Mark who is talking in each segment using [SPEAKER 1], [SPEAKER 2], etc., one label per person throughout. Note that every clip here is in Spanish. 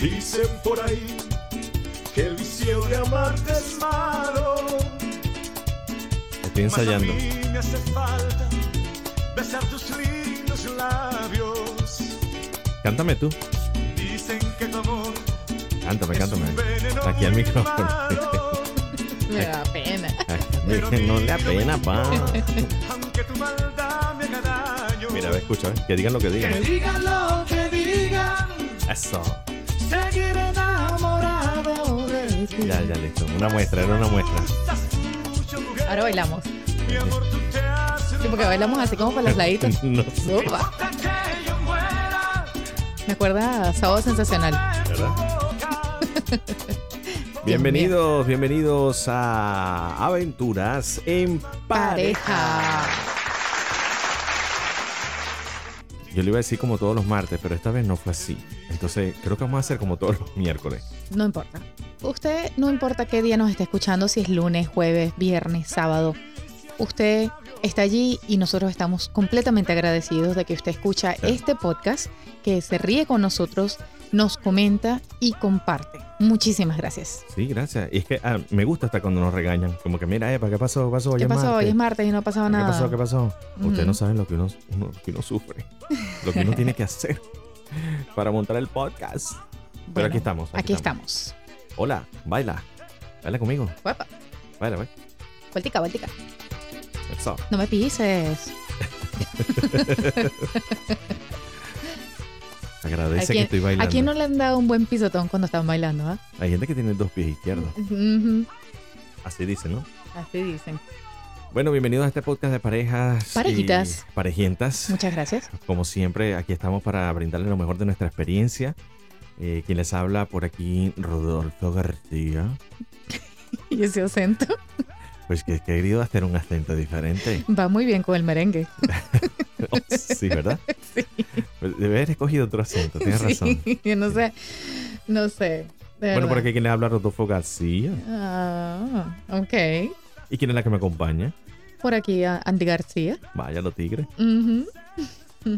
[SPEAKER 1] Dicen por ahí que el vicio de amarte es malo.
[SPEAKER 2] Estoy
[SPEAKER 1] mas a
[SPEAKER 2] ensayando.
[SPEAKER 1] mí me hace falta besar tus lindos labios.
[SPEAKER 2] Cántame tú.
[SPEAKER 1] Dicen que tu amor
[SPEAKER 2] Cántame,
[SPEAKER 1] es
[SPEAKER 2] cántame.
[SPEAKER 1] un veneno
[SPEAKER 2] Aquí al
[SPEAKER 1] muy
[SPEAKER 2] micrófono.
[SPEAKER 1] malo.
[SPEAKER 3] Me da pena.
[SPEAKER 2] Ay, no le da pena, pa.
[SPEAKER 1] Aunque tu maldad me haga daño.
[SPEAKER 2] Mira, ve, escucha, ve. Que digan lo que digan.
[SPEAKER 1] Que digan lo que digan,
[SPEAKER 2] Eso.
[SPEAKER 1] seguiré enamorado de ti.
[SPEAKER 2] Ya, ya, listo. Una muestra, era una muestra.
[SPEAKER 3] Ahora bailamos.
[SPEAKER 1] Mi amor, tú te has
[SPEAKER 3] Sí, porque bailamos así como para los laditos.
[SPEAKER 2] No sé,
[SPEAKER 3] Upa.
[SPEAKER 1] hasta que yo muera.
[SPEAKER 3] Me acuerda a Sábado Sensacional.
[SPEAKER 2] ¿verdad? Bienvenidos, bienvenidos a Aventuras en Pareja.
[SPEAKER 3] Pareja.
[SPEAKER 2] Yo le iba a decir como todos los martes, pero esta vez no fue así. Entonces, creo que vamos a hacer como todos los miércoles.
[SPEAKER 3] No importa. Usted no importa qué día nos esté escuchando, si es lunes, jueves, viernes, sábado. Usted está allí y nosotros estamos completamente agradecidos de que usted escucha
[SPEAKER 2] Claro.
[SPEAKER 3] este podcast, que se ríe con nosotros, nos comenta y comparte. Muchísimas gracias.
[SPEAKER 2] Sí, gracias. Y es que ah, me gusta hasta cuando nos regañan. Como que, mira, Epa, ¿qué pasó? ¿Qué pasó? Hoy
[SPEAKER 3] ¿Qué
[SPEAKER 2] es
[SPEAKER 3] pasó? Hoy
[SPEAKER 2] martes.
[SPEAKER 3] es martes y no ha pasado nada.
[SPEAKER 2] ¿Qué pasó? ¿Qué pasó?
[SPEAKER 3] Ujú.
[SPEAKER 2] Ustedes no saben lo que uno, uno- lo que uno sufre, lo que uno tiene que hacer para montar el podcast. Pero
[SPEAKER 3] Bueno,
[SPEAKER 2] aquí estamos.
[SPEAKER 3] Aquí estamos.
[SPEAKER 2] Hola, baila. Baila conmigo.
[SPEAKER 3] Guapa.
[SPEAKER 2] Baila, ve.
[SPEAKER 3] Vueltica, vueltica.
[SPEAKER 2] Eso.
[SPEAKER 3] No me pises. ¿A
[SPEAKER 2] Agradece que
[SPEAKER 3] quién-
[SPEAKER 2] estoy bailando.
[SPEAKER 3] ¿A quién no le han dado un buen pisotón cuando están bailando? ah?
[SPEAKER 2] Hay gente que tiene dos pies izquierdos.
[SPEAKER 3] Ujú,
[SPEAKER 2] Así dicen, ¿no?
[SPEAKER 3] Así dicen.
[SPEAKER 2] Bueno, bienvenidos a este podcast de parejas. y
[SPEAKER 3] Parejitas.
[SPEAKER 2] Parejientas.
[SPEAKER 3] Muchas gracias.
[SPEAKER 2] Como siempre, aquí estamos para brindarles lo mejor de nuestra experiencia. Eh, quien les habla por aquí, Rodolfo García.
[SPEAKER 3] Y ese acento
[SPEAKER 2] Pues que he querido hacer un acento diferente.
[SPEAKER 3] va muy bien con el merengue.
[SPEAKER 2] Oh, sí, ¿verdad?
[SPEAKER 3] Sí.
[SPEAKER 2] Debe haber escogido otro acento, tienes
[SPEAKER 3] Sí,
[SPEAKER 2] razón.
[SPEAKER 3] Yo no sé. No sé. de
[SPEAKER 2] Bueno, por
[SPEAKER 3] verdad.
[SPEAKER 2] aquí quien le habla Rodolfo García.
[SPEAKER 3] Ah, ok.
[SPEAKER 2] ¿Y quién es la que me acompaña?
[SPEAKER 3] Por aquí a Andy García.
[SPEAKER 2] Vaya, los tigres.
[SPEAKER 3] Ujú.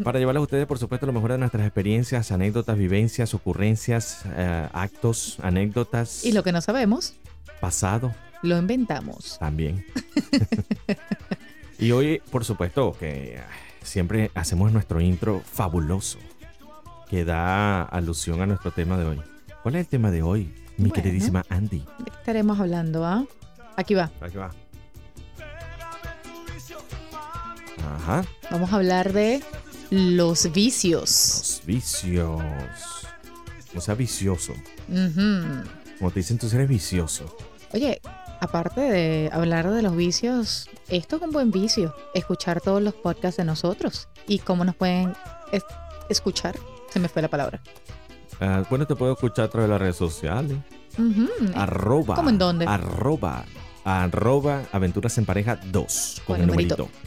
[SPEAKER 2] Para llevarles a ustedes, por supuesto, lo mejor de nuestras experiencias, anécdotas, vivencias, ocurrencias, eh, actos, anécdotas.
[SPEAKER 3] Y lo que no sabemos,
[SPEAKER 2] Pasado
[SPEAKER 3] lo inventamos.
[SPEAKER 2] también. y hoy, por supuesto, que ah, siempre hacemos nuestro intro fabuloso, que da alusión a nuestro tema de hoy. ¿Cuál es el tema de hoy, mi
[SPEAKER 3] Bueno.
[SPEAKER 2] queridísima Andy?
[SPEAKER 3] ¿De qué estaremos hablando? ah? Aquí va.
[SPEAKER 2] Aquí va. Ajá.
[SPEAKER 3] Vamos a hablar de los vicios.
[SPEAKER 2] Los vicios. No sea vicioso.
[SPEAKER 3] Ujú.
[SPEAKER 2] Como te dicen, tú eres vicioso.
[SPEAKER 3] Oye, aparte de hablar de los vicios, esto es un buen vicio, escuchar todos los podcasts de nosotros y cómo nos pueden es- escuchar. Se me fue la palabra.
[SPEAKER 2] Ah, bueno, te puedo escuchar a través de las redes sociales.
[SPEAKER 3] Ujú.
[SPEAKER 2] Ah, Arroba.
[SPEAKER 3] ¿Cómo en dónde?
[SPEAKER 2] Arroba. Arroba Aventuras en Pareja 2. Con
[SPEAKER 3] Con
[SPEAKER 2] el
[SPEAKER 3] numerito.
[SPEAKER 2] numerito.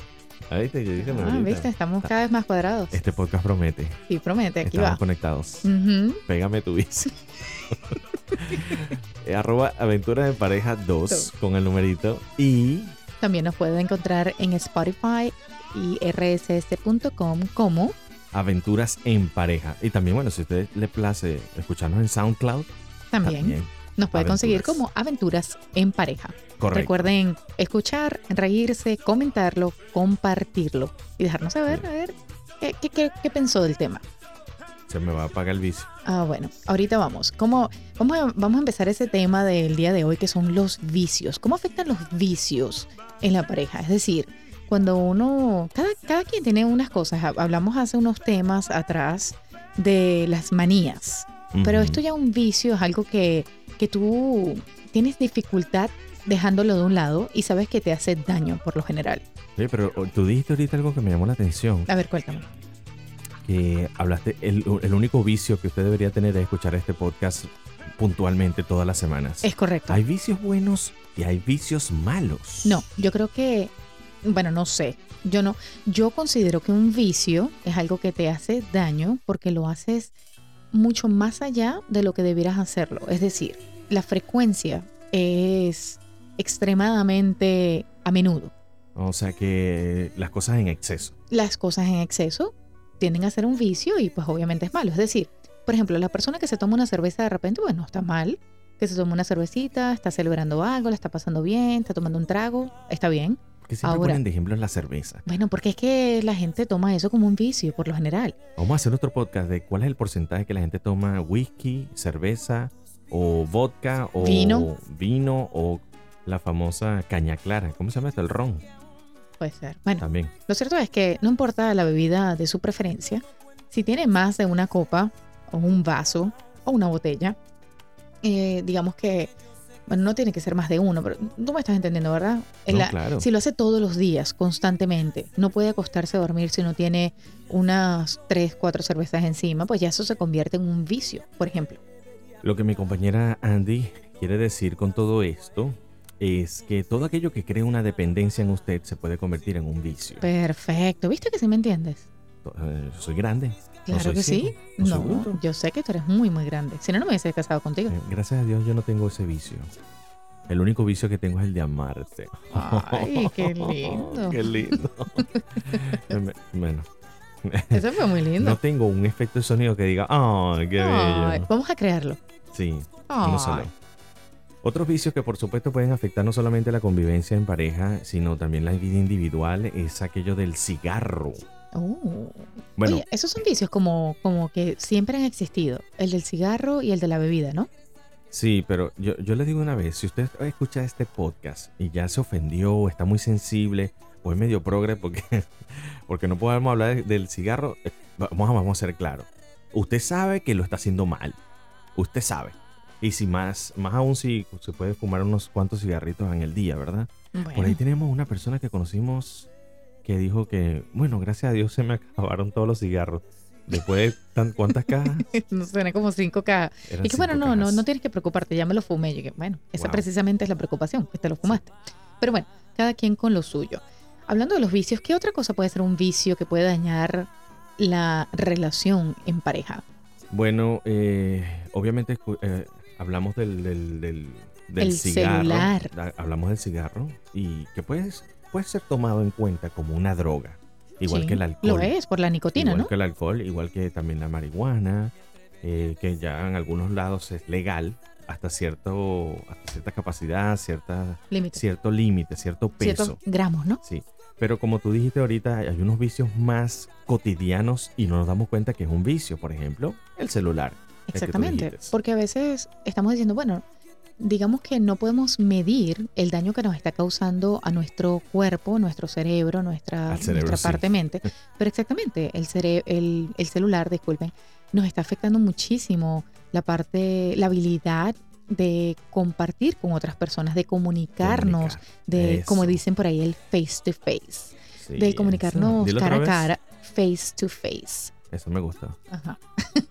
[SPEAKER 2] Ahí te dije
[SPEAKER 3] Ah,
[SPEAKER 2] numerito.
[SPEAKER 3] viste, estamos cada vez más cuadrados.
[SPEAKER 2] Este podcast promete.
[SPEAKER 3] Sí, promete, aquí
[SPEAKER 2] Estamos
[SPEAKER 3] va. Mm.
[SPEAKER 2] conectados.
[SPEAKER 3] Ujú.
[SPEAKER 2] Pégame tu bici. Eh, arroba Aventuras en Pareja 2 con el numerito. Y
[SPEAKER 3] También nos pueden encontrar en Spotify y rss.com como
[SPEAKER 2] Aventuras en Pareja. Y también, bueno, si a usted le place escucharnos en SoundCloud,
[SPEAKER 3] también,
[SPEAKER 2] también.
[SPEAKER 3] nos puede conseguir
[SPEAKER 2] Aventuras.
[SPEAKER 3] como Aventuras en Pareja.
[SPEAKER 2] Correcto.
[SPEAKER 3] Recuerden escuchar, reírse, comentarlo, compartirlo y dejarnos saber, a ver, qué, qué- qué- qué pensó del tema.
[SPEAKER 2] Se me va a apagar el bici.
[SPEAKER 3] Ah, bueno, ahorita vamos. ¿Cómo, vamos, a, vamos a empezar ese tema del día de hoy que son los vicios. ¿Cómo afectan los vicios en la pareja? Es decir, cuando uno, cada, cada quien tiene unas cosas. Ha- Hablamos hace unos temas atrás de las manías. Pero
[SPEAKER 2] Ujú.
[SPEAKER 3] esto ya un vicio es algo que, que tú tienes dificultad dejándolo de un lado y sabes que te hace daño por lo general.
[SPEAKER 2] Oye, pero o- tú dijiste ahorita algo que me llamó la atención.
[SPEAKER 3] A ver, cuéntame.
[SPEAKER 2] Que hablaste, el, el único vicio que usted debería tener es escuchar este podcast puntualmente todas las semanas.
[SPEAKER 3] Es correcto.
[SPEAKER 2] Hay vicios buenos y hay vicios malos.
[SPEAKER 3] No, yo creo que, bueno, no sé. Yo no, yo considero que un vicio es algo que te hace daño porque lo haces mucho más allá de lo que debieras hacerlo. Es decir, la frecuencia es extremadamente a menudo.
[SPEAKER 2] O sea que las cosas en exceso.
[SPEAKER 3] las cosas en exceso tienden a ser un vicio y pues obviamente es malo. Es decir, por ejemplo, la persona que se toma una cerveza de repente, bueno, está mal, que se toma una cervecita, está celebrando algo, la está pasando bien, está tomando un trago, está bien.
[SPEAKER 2] Que siempre
[SPEAKER 3] Ahora.
[SPEAKER 2] ponen de ejemplo la cerveza.
[SPEAKER 3] Bueno, porque es que la gente toma eso como un vicio, por lo general.
[SPEAKER 2] Vamos a hacer otro podcast de cuál es el porcentaje que la gente toma whisky, cerveza o vodka o
[SPEAKER 3] Vino.
[SPEAKER 2] vino, o la famosa caña clara. ¿Cómo se llama esto? El ron
[SPEAKER 3] Puede ser. Bueno,
[SPEAKER 2] también.
[SPEAKER 3] Lo cierto es que no importa la bebida de su preferencia, si tiene más de una copa o un vaso o una botella, eh, digamos que, bueno, no tiene que ser más de uno, pero tú me estás entendiendo, ¿verdad? En
[SPEAKER 2] No,
[SPEAKER 3] la-
[SPEAKER 2] claro.
[SPEAKER 3] Si lo hace todos los días, constantemente, no puede acostarse a dormir si no tiene unas tres, cuatro cervezas encima, pues ya eso se convierte en un vicio, por ejemplo.
[SPEAKER 2] Lo que mi compañera Andy quiere decir con todo esto es que todo aquello que cree una dependencia en usted se puede convertir en un vicio.
[SPEAKER 3] Perfecto, ¿viste que sí me entiendes?
[SPEAKER 2] To- eh, Soy grande.
[SPEAKER 3] Claro
[SPEAKER 2] soy
[SPEAKER 3] que
[SPEAKER 2] ciego,
[SPEAKER 3] sí.
[SPEAKER 2] no
[SPEAKER 3] No,
[SPEAKER 2] soy bruto.
[SPEAKER 3] yo sé que tú eres muy, muy grande. Si no, no me hubiese casado contigo.
[SPEAKER 2] Eh, Gracias a Dios yo no tengo ese vicio. El único vicio que tengo es el de amarte.
[SPEAKER 3] Ay, qué lindo.
[SPEAKER 2] Oh, Qué lindo. Me- Em, bueno,
[SPEAKER 3] Eso fue muy lindo.
[SPEAKER 2] no tengo un efecto de sonido que diga, ¡ay, qué
[SPEAKER 3] Ay,
[SPEAKER 2] bello!
[SPEAKER 3] vamos a crearlo.
[SPEAKER 2] Sí,
[SPEAKER 3] Ay,
[SPEAKER 2] uno solo. Otros vicios que por supuesto pueden afectar no solamente la convivencia en pareja, sino también la vida individual, es aquello del cigarro.
[SPEAKER 3] uh.
[SPEAKER 2] Bueno,
[SPEAKER 3] Oye, esos son vicios como, como que siempre han existido. El del cigarro y el de la bebida, ¿no?
[SPEAKER 2] sí, pero yo, yo le digo una vez, si usted escucha este podcast y ya se ofendió, o está muy sensible, o es medio progre porque, porque no podemos hablar del cigarro, eh, vamos, a- vamos a ser claros. Usted sabe que lo está haciendo mal. Usted sabe. Y si más, más aún si se puede fumar unos cuantos cigarritos en el día, ¿verdad? Por ahí
[SPEAKER 3] Bueno,
[SPEAKER 2] tenemos una persona que conocimos que dijo que, bueno, gracias a Dios se me acabaron todos los cigarros. Después de tan, cuántas cajas.
[SPEAKER 3] no suena como 5K.
[SPEAKER 2] Eran
[SPEAKER 3] Y que bueno,
[SPEAKER 2] cinco
[SPEAKER 3] no, no,
[SPEAKER 2] cajas.
[SPEAKER 3] no tienes que preocuparte, ya me lo fumé. Yo que, bueno, esa
[SPEAKER 2] Wow.
[SPEAKER 3] precisamente es la preocupación, que te lo fumaste. Pero bueno, cada quien con lo suyo. Hablando de los vicios, ¿qué otra cosa puede ser un vicio que puede dañar la relación en pareja?
[SPEAKER 2] Bueno, eh, obviamente escu- eh, hablamos del, del, del- del
[SPEAKER 3] El
[SPEAKER 2] cigarro.
[SPEAKER 3] celular.
[SPEAKER 2] Da- Hablamos del cigarro y que puede, puede ser tomado en cuenta como una droga. Igual
[SPEAKER 3] Sí,
[SPEAKER 2] que el alcohol.
[SPEAKER 3] Lo es, por la nicotina,
[SPEAKER 2] igual
[SPEAKER 3] ¿no?
[SPEAKER 2] que el alcohol, igual que también la marihuana, eh, que ya en algunos lados es legal hasta cierto hasta cierta capacidad, cierta,
[SPEAKER 3] Límite.
[SPEAKER 2] cierto límite, cierto peso.
[SPEAKER 3] Ciertos gramos, ¿no?
[SPEAKER 2] Sí. Pero como tú dijiste ahorita, hay unos vicios más cotidianos y no nos damos cuenta que es un vicio. Por ejemplo, el celular. que tú
[SPEAKER 3] Exactamente,
[SPEAKER 2] dijiste.
[SPEAKER 3] porque a veces estamos diciendo, bueno, digamos que no podemos medir el daño que nos está causando a nuestro cuerpo, nuestro cerebro, nuestra,
[SPEAKER 2] Al cerebro,
[SPEAKER 3] nuestra
[SPEAKER 2] sí.
[SPEAKER 3] parte mente, pero exactamente, el, cere- el, el celular, disculpen, nos está afectando muchísimo la parte, la habilidad de compartir con otras personas, de comunicarnos,
[SPEAKER 2] Comunicar.
[SPEAKER 3] de, como
[SPEAKER 2] eso.
[SPEAKER 3] dicen por ahí, el face to face,
[SPEAKER 2] Sí,
[SPEAKER 3] de
[SPEAKER 2] eso.
[SPEAKER 3] comunicarnos
[SPEAKER 2] Dilo otra
[SPEAKER 3] cara a
[SPEAKER 2] vez.
[SPEAKER 3] cara, face to face.
[SPEAKER 2] Eso me gusta.
[SPEAKER 3] Ajá.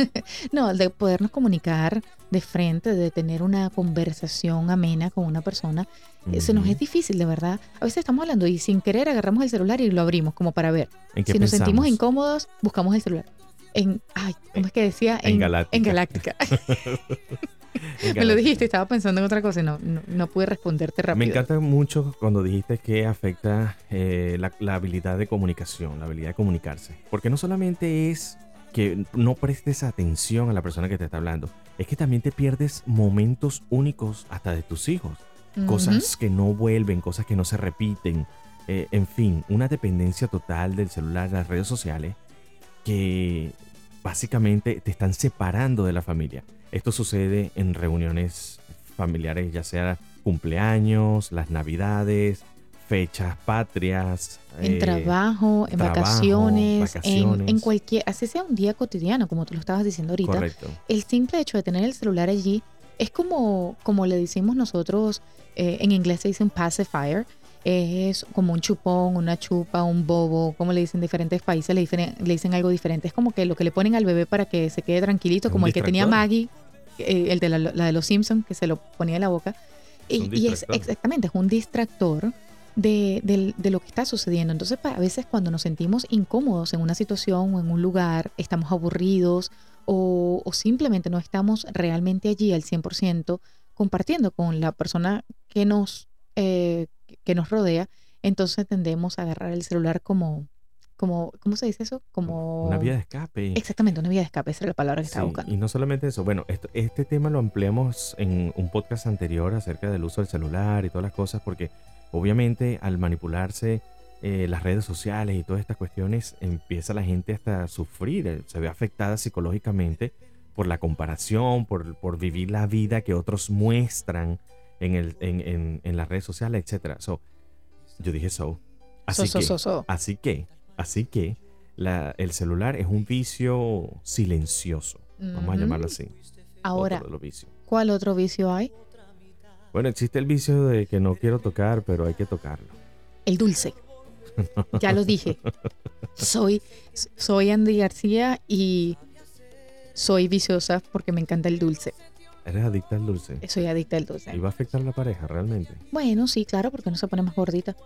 [SPEAKER 3] no, el de podernos comunicar de frente, de tener una conversación amena con una persona, eh, se nos
[SPEAKER 2] Ujú.
[SPEAKER 3] es difícil, de verdad. A veces estamos hablando y sin querer agarramos el celular y lo abrimos como para ver.
[SPEAKER 2] ¿En qué
[SPEAKER 3] Si nos sentimos
[SPEAKER 2] pensamos?
[SPEAKER 3] incómodos, buscamos el celular. En, ay, ¿cómo es que decía?
[SPEAKER 2] En Galáctica.
[SPEAKER 3] En Galáctica.
[SPEAKER 2] En
[SPEAKER 3] Me lo
[SPEAKER 2] Galáctica.
[SPEAKER 3] dijiste, estaba pensando en otra cosa y no, no, no pude responderte rápido.
[SPEAKER 2] Me encanta mucho cuando dijiste que afecta eh, la, la habilidad de comunicación, la habilidad de comunicarse. Porque no solamente es que no prestes atención a la persona que te está hablando, es que también te pierdes momentos únicos hasta de tus hijos.
[SPEAKER 3] Ujú.
[SPEAKER 2] Cosas que no vuelven, cosas que no se repiten. Eh, en fin, una dependencia total del celular, las redes sociales, que básicamente te están separando de la familia. Esto sucede en reuniones familiares, ya sea cumpleaños, las navidades, fechas patrias.
[SPEAKER 3] En
[SPEAKER 2] eh,
[SPEAKER 3] trabajo, en
[SPEAKER 2] trabajo,
[SPEAKER 3] vacaciones, En, en
[SPEAKER 2] vacaciones.
[SPEAKER 3] cualquier, así sea un día cotidiano, como tú lo estabas diciendo ahorita,
[SPEAKER 2] Correcto.
[SPEAKER 3] el simple hecho de tener el celular allí es como, como le decimos nosotros, eh, en inglés se dice un pacifier, es como un chupón, una chupa, un bobo, como le dicen en diferentes países, le, dicen- le dicen algo diferente. Es como que lo que le ponen al bebé para que se quede tranquilito,
[SPEAKER 2] Es un
[SPEAKER 3] como el que tenía
[SPEAKER 2] distractor.
[SPEAKER 3] Maggie, eh, el de la, la de los Simpsons, que se lo ponía en la boca.
[SPEAKER 2] Es un
[SPEAKER 3] Y, y es
[SPEAKER 2] distractor.
[SPEAKER 3] exactamente, es un distractor de, del- de lo que está sucediendo. Entonces, pa- a veces cuando nos sentimos incómodos en una situación o en un lugar, estamos aburridos o, o simplemente no estamos realmente allí al 100% compartiendo con la persona que nos, eh, que nos rodea, entonces tendemos a agarrar el celular como como, ¿cómo se dice eso? Como...
[SPEAKER 2] Una vía de escape.
[SPEAKER 3] Exactamente, una vía de escape, esa era la palabra que estaba
[SPEAKER 2] Sí,
[SPEAKER 3] buscando.
[SPEAKER 2] Y no solamente eso, bueno, esto- este tema lo ampliamos en un podcast anterior acerca del uso del celular y todas las cosas, porque obviamente al manipularse eh, las redes sociales y todas estas cuestiones, empieza la gente hasta a sufrir, eh, se ve afectada psicológicamente por la comparación, por, por vivir la vida que otros muestran en, el, en, en- en las redes sociales, etcétera So, yo dije so. Así
[SPEAKER 3] So, so,
[SPEAKER 2] que,
[SPEAKER 3] so, so.
[SPEAKER 2] Así que, así que la- el celular es un vicio silencioso. Vamos a
[SPEAKER 3] Ujú.
[SPEAKER 2] llamarlo así.
[SPEAKER 3] Ahora,
[SPEAKER 2] otro de los vicios.
[SPEAKER 3] ¿cuál otro vicio hay?
[SPEAKER 2] Bueno, existe el vicio de que no quiero tocar, pero hay que tocarlo.
[SPEAKER 3] El dulce. Ya lo dije. Soy, soy Andy García y soy viciosa porque me encanta el dulce.
[SPEAKER 2] Eres adicta al dulce.
[SPEAKER 3] Soy adicta al
[SPEAKER 2] Y
[SPEAKER 3] dulce.
[SPEAKER 2] va a afectar a la pareja realmente.
[SPEAKER 3] Bueno, sí, claro, porque no se pone más gordita.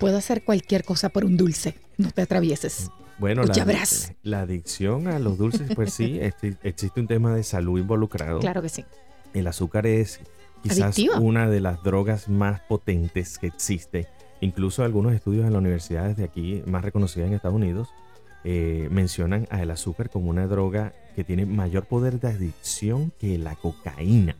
[SPEAKER 3] Puedo hacer cualquier cosa por un dulce. No te atravieses.
[SPEAKER 2] Bueno, la,
[SPEAKER 3] Ya verás.
[SPEAKER 2] la adicción a los dulces, pues sí, este- existe un tema de salud involucrado.
[SPEAKER 3] Claro que sí.
[SPEAKER 2] El azúcar es quizás
[SPEAKER 3] Adictiva.
[SPEAKER 2] una de las drogas más potentes que existe. Incluso algunos estudios en las universidades de aquí, más reconocidas en Estados Unidos, eh, mencionan al azúcar como una droga que tiene mayor poder de adicción que la cocaína.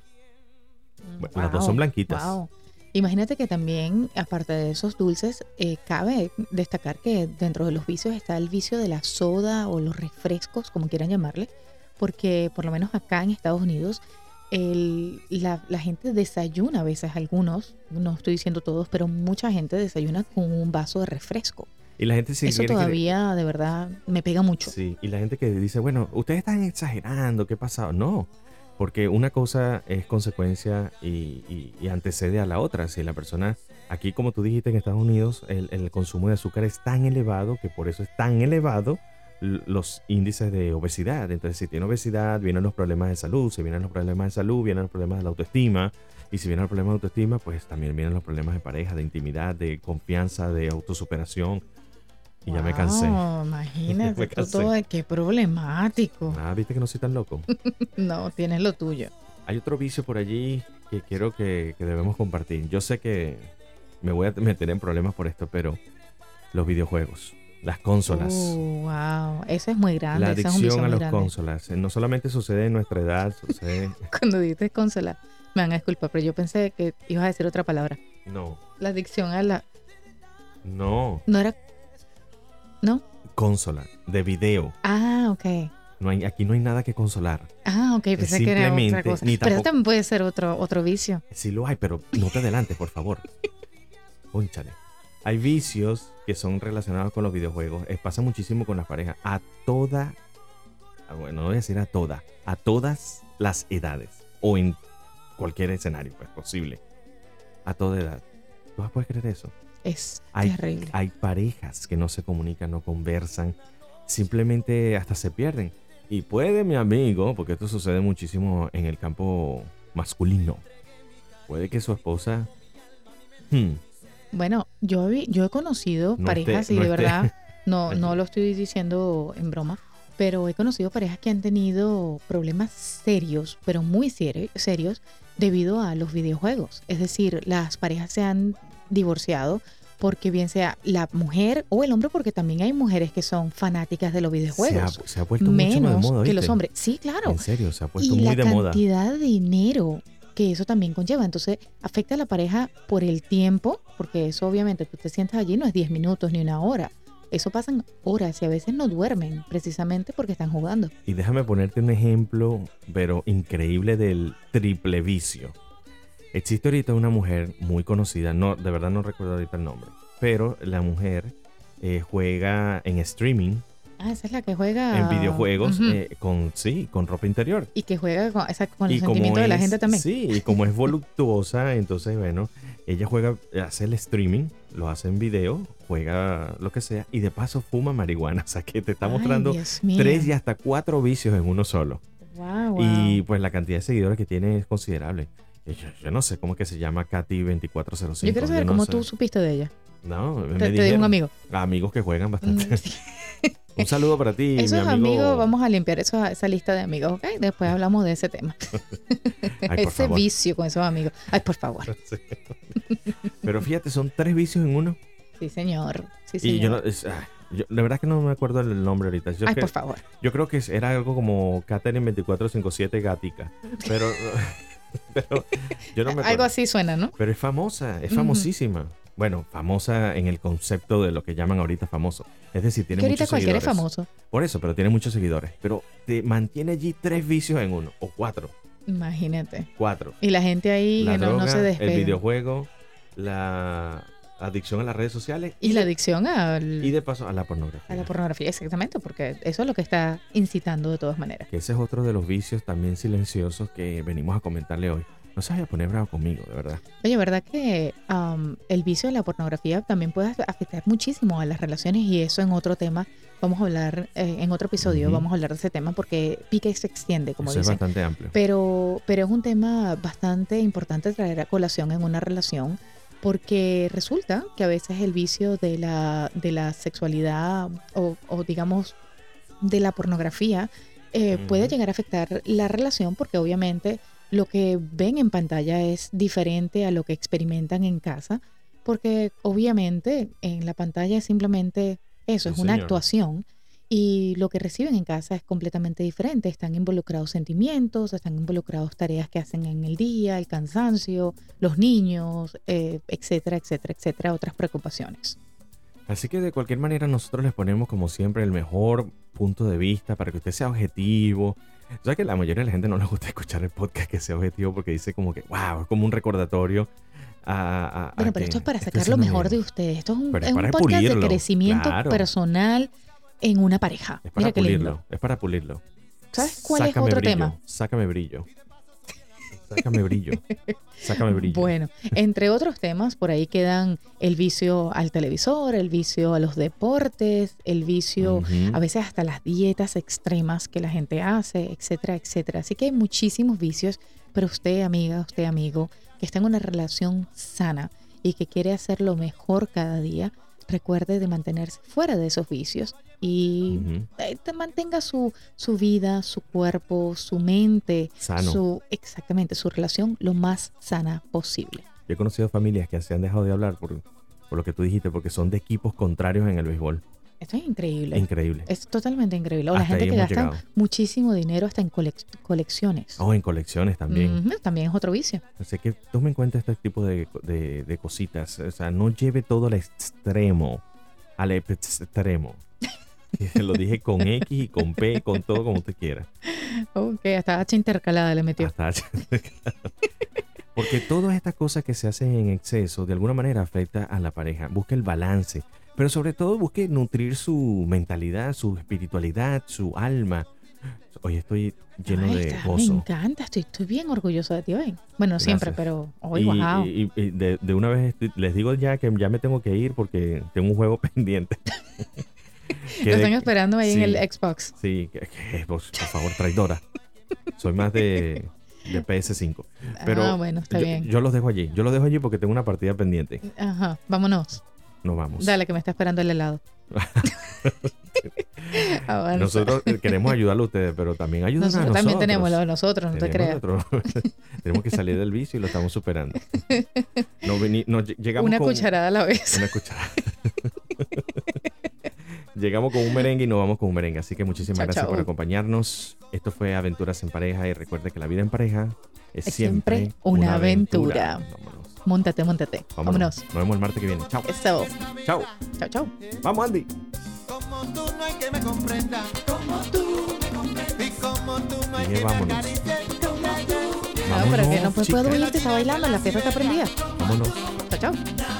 [SPEAKER 2] Bueno, las dos
[SPEAKER 3] Wow,
[SPEAKER 2] son blanquitas.
[SPEAKER 3] wow. Imagínate que también, aparte de esos dulces, eh, cabe destacar que dentro de los vicios está el vicio de la soda o los refrescos, como quieran llamarle, porque por lo menos acá en Estados Unidos el- la, la gente desayuna a veces, algunos, no estoy diciendo todos, pero mucha gente desayuna con un vaso de refresco.
[SPEAKER 2] Y la gente se
[SPEAKER 3] Eso todavía, de verdad, me pega mucho.
[SPEAKER 2] Sí, y la gente que dice, bueno, ustedes están exagerando, ¿qué ha pasado? No, porque una cosa es consecuencia y, y- y antecede a la otra. Si la persona, aquí como tú dijiste en Estados Unidos, el, el consumo de azúcar es tan elevado que por eso es tan elevado l- los índices de obesidad. Entonces, si tiene obesidad, vienen los problemas de salud. Si vienen los problemas de salud, vienen los problemas de la autoestima. Y si vienen los problemas de autoestima, pues también vienen los problemas de pareja, de intimidad, de confianza, de autosuperación. Y ya me cansé.
[SPEAKER 3] Wow, imagínate,
[SPEAKER 2] Me
[SPEAKER 3] tú
[SPEAKER 2] cansé.
[SPEAKER 3] todo, qué problemático.
[SPEAKER 2] Ah, viste que no soy tan loco.
[SPEAKER 3] No, tienes lo tuyo.
[SPEAKER 2] Hay otro vicio por allí que quiero que, que debemos compartir. Yo sé que me voy a meter en problemas por esto, pero los videojuegos, las consolas.
[SPEAKER 3] Uh, wow, eso es muy grande.
[SPEAKER 2] La
[SPEAKER 3] ese es un vicio
[SPEAKER 2] adicción a
[SPEAKER 3] muy
[SPEAKER 2] los
[SPEAKER 3] grande.
[SPEAKER 2] consolas. Eh, No solamente sucede en nuestra edad, sucede...
[SPEAKER 3] Cuando dices consola, me van a disculpar, pero yo pensé que ibas a decir otra palabra.
[SPEAKER 2] No,
[SPEAKER 3] La adicción a la.
[SPEAKER 2] no.
[SPEAKER 3] No era. ¿No?
[SPEAKER 2] Consola, de video.
[SPEAKER 3] Ah, ok.
[SPEAKER 2] No hay, aquí no hay nada que consolar.
[SPEAKER 3] Ah, ok, pensé que era otra
[SPEAKER 2] simplemente,
[SPEAKER 3] cosa.
[SPEAKER 2] ni
[SPEAKER 3] Pero eso
[SPEAKER 2] tampoco-
[SPEAKER 3] también puede ser otro, otro vicio.
[SPEAKER 2] Sí lo hay, pero no te adelantes, por favor. Pónchale. Hay vicios que son relacionados con los videojuegos. Eh, pasa muchísimo con las parejas. A toda. ah, Bueno, no voy a decir a toda. A todas las edades. O en cualquier escenario, pues posible. A toda edad. ¿Tú vas a poder creer eso?
[SPEAKER 3] Es
[SPEAKER 2] Ay,
[SPEAKER 3] terrible.
[SPEAKER 2] Hay parejas que no se comunican, no conversan, simplemente hasta se pierden. Y puede, mi amigo, porque esto sucede muchísimo en el campo masculino, puede que su esposa hmm,
[SPEAKER 3] Bueno, yo, vi- yo he conocido
[SPEAKER 2] No
[SPEAKER 3] parejas
[SPEAKER 2] esté-
[SPEAKER 3] y
[SPEAKER 2] no
[SPEAKER 3] de
[SPEAKER 2] esté-
[SPEAKER 3] verdad, no, no lo estoy diciendo en broma, pero he conocido parejas que han tenido problemas serios, pero muy seri- serios, debido a los videojuegos. Es decir, las parejas se han divorciado porque bien sea la mujer o el hombre, porque también hay mujeres que son fanáticas de los
[SPEAKER 2] se, ha,
[SPEAKER 3] videojuegos.
[SPEAKER 2] se ha vuelto mucho
[SPEAKER 3] Menos
[SPEAKER 2] más de moda.
[SPEAKER 3] que
[SPEAKER 2] ¿oíste?
[SPEAKER 3] los hombres. Sí, claro
[SPEAKER 2] En serio, se ha puesto
[SPEAKER 3] y
[SPEAKER 2] muy
[SPEAKER 3] la
[SPEAKER 2] de moda.
[SPEAKER 3] cantidad de dinero que eso también conlleva. Entonces, afecta a la pareja por el tiempo, porque eso obviamente tú te sientas allí, no es 10 minutos ni una hora. Eso pasan horas y a veces no duermen precisamente porque están jugando.
[SPEAKER 2] Y déjame ponerte un ejemplo, pero increíble del triple vicio. Existe ahorita una mujer muy conocida, no, de verdad no recuerdo ahorita el nombre, pero la mujer eh, juega en streaming,
[SPEAKER 3] Ah, esa es la que juega.
[SPEAKER 2] en videojuegos,
[SPEAKER 3] Ujú.
[SPEAKER 2] eh, con sí, con ropa interior.
[SPEAKER 3] y que juega con, esa- con el
[SPEAKER 2] como
[SPEAKER 3] sentimiento de la
[SPEAKER 2] es-
[SPEAKER 3] gente también.
[SPEAKER 2] Sí, y como es voluptuosa, entonces, bueno, ella juega, hace el streaming, lo hace en video, juega lo que sea, y de paso fuma marihuana. O sea que te está
[SPEAKER 3] Ay,
[SPEAKER 2] mostrando
[SPEAKER 3] Dios mío.
[SPEAKER 2] tres y hasta cuatro vicios en uno solo.
[SPEAKER 3] Guau, guau.
[SPEAKER 2] Y pues la cantidad de seguidores que tiene es considerable. Y Yo, yo no sé cómo es que se llama Katy2405.
[SPEAKER 3] Yo quiero saber
[SPEAKER 2] no
[SPEAKER 3] cómo
[SPEAKER 2] sé.
[SPEAKER 3] tú supiste de ella.
[SPEAKER 2] No, me
[SPEAKER 3] Te, te digo
[SPEAKER 2] dijeron
[SPEAKER 3] un amigo.
[SPEAKER 2] amigos que juegan bastante.
[SPEAKER 3] Mm, sí.
[SPEAKER 2] un saludo para ti,
[SPEAKER 3] Esos
[SPEAKER 2] mi amigo.
[SPEAKER 3] amigos, vamos a limpiar eso- esa lista de amigos, ¿ok? Después hablamos de ese tema.
[SPEAKER 2] Ay, por
[SPEAKER 3] ese
[SPEAKER 2] favor.
[SPEAKER 3] vicio con esos amigos. Ay, por favor.
[SPEAKER 2] Pero fíjate, son tres vicios en uno.
[SPEAKER 3] Sí, señor. Sí, señor.
[SPEAKER 2] Y yo, no, es- ah, yo- la verdad es que no me acuerdo el nombre ahorita. Yo,
[SPEAKER 3] Ay,
[SPEAKER 2] que-
[SPEAKER 3] por favor.
[SPEAKER 2] yo creo que era algo como Catherine 2457 Gatica. Pero, pero yo no me acuerdo.
[SPEAKER 3] Algo así suena, ¿no?
[SPEAKER 2] Pero es famosa, es
[SPEAKER 3] Ujú.
[SPEAKER 2] famosísima. Bueno, famosa en el concepto de lo que llaman ahorita famoso. Es decir, tiene
[SPEAKER 3] Que ahorita
[SPEAKER 2] muchos
[SPEAKER 3] cualquiera
[SPEAKER 2] seguidores.
[SPEAKER 3] es famoso.
[SPEAKER 2] Por eso, pero tiene muchos seguidores. Pero te mantiene allí tres vicios en uno, o cuatro.
[SPEAKER 3] Imagínate.
[SPEAKER 2] Cuatro.
[SPEAKER 3] Y la gente ahí
[SPEAKER 2] la
[SPEAKER 3] que no, no
[SPEAKER 2] droga,
[SPEAKER 3] se despega.
[SPEAKER 2] el videojuego, la adicción a las redes sociales
[SPEAKER 3] Y la adicción al-
[SPEAKER 2] y de paso a la pornografía.
[SPEAKER 3] a la pornografía, exactamente, porque eso es lo que está incitando de todas maneras.
[SPEAKER 2] que ese es otro de los vicios también silenciosos que venimos a comentarle hoy. No se vaya a poner bravo conmigo, de verdad.
[SPEAKER 3] Oye, ¿verdad que am, el vicio de la pornografía también puede afectar muchísimo a las relaciones? Y eso en otro tema, vamos a hablar, eh, en otro episodio
[SPEAKER 2] Ujú.
[SPEAKER 3] vamos a hablar de ese tema porque pica y se extiende, como
[SPEAKER 2] Eso es
[SPEAKER 3] dicen.
[SPEAKER 2] bastante amplio.
[SPEAKER 3] Pero, pero es un tema bastante importante traer a colación en una relación porque resulta que a veces el vicio de la, de la sexualidad o, o digamos de la pornografía eh, puede
[SPEAKER 2] Ujú.
[SPEAKER 3] llegar a afectar la relación porque obviamente lo que ven en pantalla es diferente a lo que experimentan en casa porque obviamente en la pantalla es simplemente eso,
[SPEAKER 2] Sí,
[SPEAKER 3] es una
[SPEAKER 2] señor.
[SPEAKER 3] actuación y lo que reciben en casa es completamente diferente. Están involucrados sentimientos, están involucrados tareas que hacen en el día, el cansancio, los niños, eh, etcétera, etcétera, etcétera, otras preocupaciones.
[SPEAKER 2] Así que de cualquier manera nosotros les ponemos como siempre el mejor punto de vista para que usted sea objetivo. Ya que la mayoría de la gente no le gusta escuchar el podcast que sea objetivo porque dice como que, wow, es como un recordatorio a... a- a
[SPEAKER 3] Bueno, pero
[SPEAKER 2] que
[SPEAKER 3] esto es para
[SPEAKER 2] estoy
[SPEAKER 3] sacar lo
[SPEAKER 2] haciendo
[SPEAKER 3] mejor de
[SPEAKER 2] Ah, bien.
[SPEAKER 3] ustedes. Esto es un,
[SPEAKER 2] Pero es
[SPEAKER 3] es un
[SPEAKER 2] para
[SPEAKER 3] podcast
[SPEAKER 2] pulirlo,
[SPEAKER 3] de crecimiento
[SPEAKER 2] claro.
[SPEAKER 3] personal en una pareja.
[SPEAKER 2] Es para
[SPEAKER 3] Mira qué lindo.
[SPEAKER 2] pulirlo, es para pulirlo.
[SPEAKER 3] ¿Sabes cuál es
[SPEAKER 2] Sácame
[SPEAKER 3] otro
[SPEAKER 2] brillo,
[SPEAKER 3] tema?
[SPEAKER 2] Sácame brillo. Sácame brillo. Sácame brillo.
[SPEAKER 3] Bueno, entre otros temas, por ahí quedan el vicio al televisor, el vicio a los deportes, el vicio
[SPEAKER 2] Ujú.
[SPEAKER 3] a veces hasta las dietas extremas que la gente hace, etcétera, etcétera. Así que hay muchísimos vicios, pero usted, amiga, usted, amigo, que está en una relación sana y que quiere hacer lo mejor cada día, recuerde de mantenerse fuera de esos vicios y
[SPEAKER 2] Ujú.
[SPEAKER 3] eh, te- mantenga su, su vida, su cuerpo, su mente,
[SPEAKER 2] Sano.
[SPEAKER 3] su exactamente su relación lo más sana posible.
[SPEAKER 2] Yo he conocido familias que se han dejado de hablar por, por lo que tú dijiste, porque son de equipos contrarios en el béisbol.
[SPEAKER 3] Esto es increíble.
[SPEAKER 2] Increíble.
[SPEAKER 3] es totalmente increíble. O la
[SPEAKER 2] Hasta ahí
[SPEAKER 3] gente que
[SPEAKER 2] hemos
[SPEAKER 3] gasta
[SPEAKER 2] llegado.
[SPEAKER 3] muchísimo dinero hasta en colec- colecciones.
[SPEAKER 2] Oh, en colecciones también.
[SPEAKER 3] Ujú, también es otro vicio.
[SPEAKER 2] Así que tome en cuenta este tipo de, de- de cositas. O sea, no lleve todo al extremo. Al extremo. Y Lo dije con X y con P, con todo como usted quiera.
[SPEAKER 3] Ok, hasta H intercalada le metió.
[SPEAKER 2] Hasta H. Porque todas estas cosas que se hacen en exceso de alguna manera afecta a la pareja. Busque el balance. Pero sobre todo busque nutrir su mentalidad, su espiritualidad, su alma. Hoy estoy lleno
[SPEAKER 3] Ay,
[SPEAKER 2] de
[SPEAKER 3] está-
[SPEAKER 2] gozo.
[SPEAKER 3] Me encanta, estoy, estoy bien orgulloso de ti hoy. Bueno, siempre,
[SPEAKER 2] Gracias.
[SPEAKER 3] pero oh, hoy,
[SPEAKER 2] y,
[SPEAKER 3] wow.
[SPEAKER 2] y- y- y de, de una vez estoy- les digo ya que ya me tengo que ir porque tengo un juego pendiente. Que
[SPEAKER 3] Lo
[SPEAKER 2] de-
[SPEAKER 3] están esperando ahí
[SPEAKER 2] sí.
[SPEAKER 3] en el Xbox.
[SPEAKER 2] Sí, que, que Xbox, por favor, traidora. Soy más de, de PS5. Pero
[SPEAKER 3] ah, bueno, está
[SPEAKER 2] yo,
[SPEAKER 3] bien.
[SPEAKER 2] yo los dejo allí. Yo los dejo allí porque tengo una partida pendiente.
[SPEAKER 3] Ajá, vámonos.
[SPEAKER 2] Nos vamos.
[SPEAKER 3] Dale, que me está esperando el helado. Avanza.
[SPEAKER 2] Nosotros eh, queremos ayudarle a ustedes, pero también ayudan a
[SPEAKER 3] Nosotros
[SPEAKER 2] nosotros.
[SPEAKER 3] también tenemos lo de nosotros, no te creas.
[SPEAKER 2] Tenemos nuestro- tenemos que salir del vicio y lo estamos superando. Nos veni- nos lle- llegamos
[SPEAKER 3] Una
[SPEAKER 2] con-
[SPEAKER 3] cucharada a la vez.
[SPEAKER 2] Una cucharada. Llegamos con un merengue y nos vamos con un merengue. Así que muchísimas
[SPEAKER 3] Chao,
[SPEAKER 2] gracias
[SPEAKER 3] chao.
[SPEAKER 2] por acompañarnos. Esto fue Aventuras en Pareja y recuerde que la vida en pareja es,
[SPEAKER 3] Es
[SPEAKER 2] siempre,
[SPEAKER 3] siempre una aventura.
[SPEAKER 2] Vámonos.
[SPEAKER 3] Móntate, móntate.
[SPEAKER 2] Vámonos.
[SPEAKER 3] Vámonos.
[SPEAKER 2] Nos vemos el martes que viene. Chao.
[SPEAKER 3] Eso.
[SPEAKER 2] Chao.
[SPEAKER 3] Chao, chao.
[SPEAKER 2] Vamos, Andy.
[SPEAKER 4] Como tú no hay que me comprenda. Como tú me comprendas. Y como tú no hay
[SPEAKER 2] Dije,
[SPEAKER 4] que me
[SPEAKER 2] vámonos.
[SPEAKER 4] acaricie. Como tú.
[SPEAKER 3] No, pero que no pues,
[SPEAKER 2] chica.
[SPEAKER 3] puedo irte, está bailando, la fiesta está prendida.
[SPEAKER 2] Vámonos.
[SPEAKER 3] Chao, chao.
[SPEAKER 4] Nadie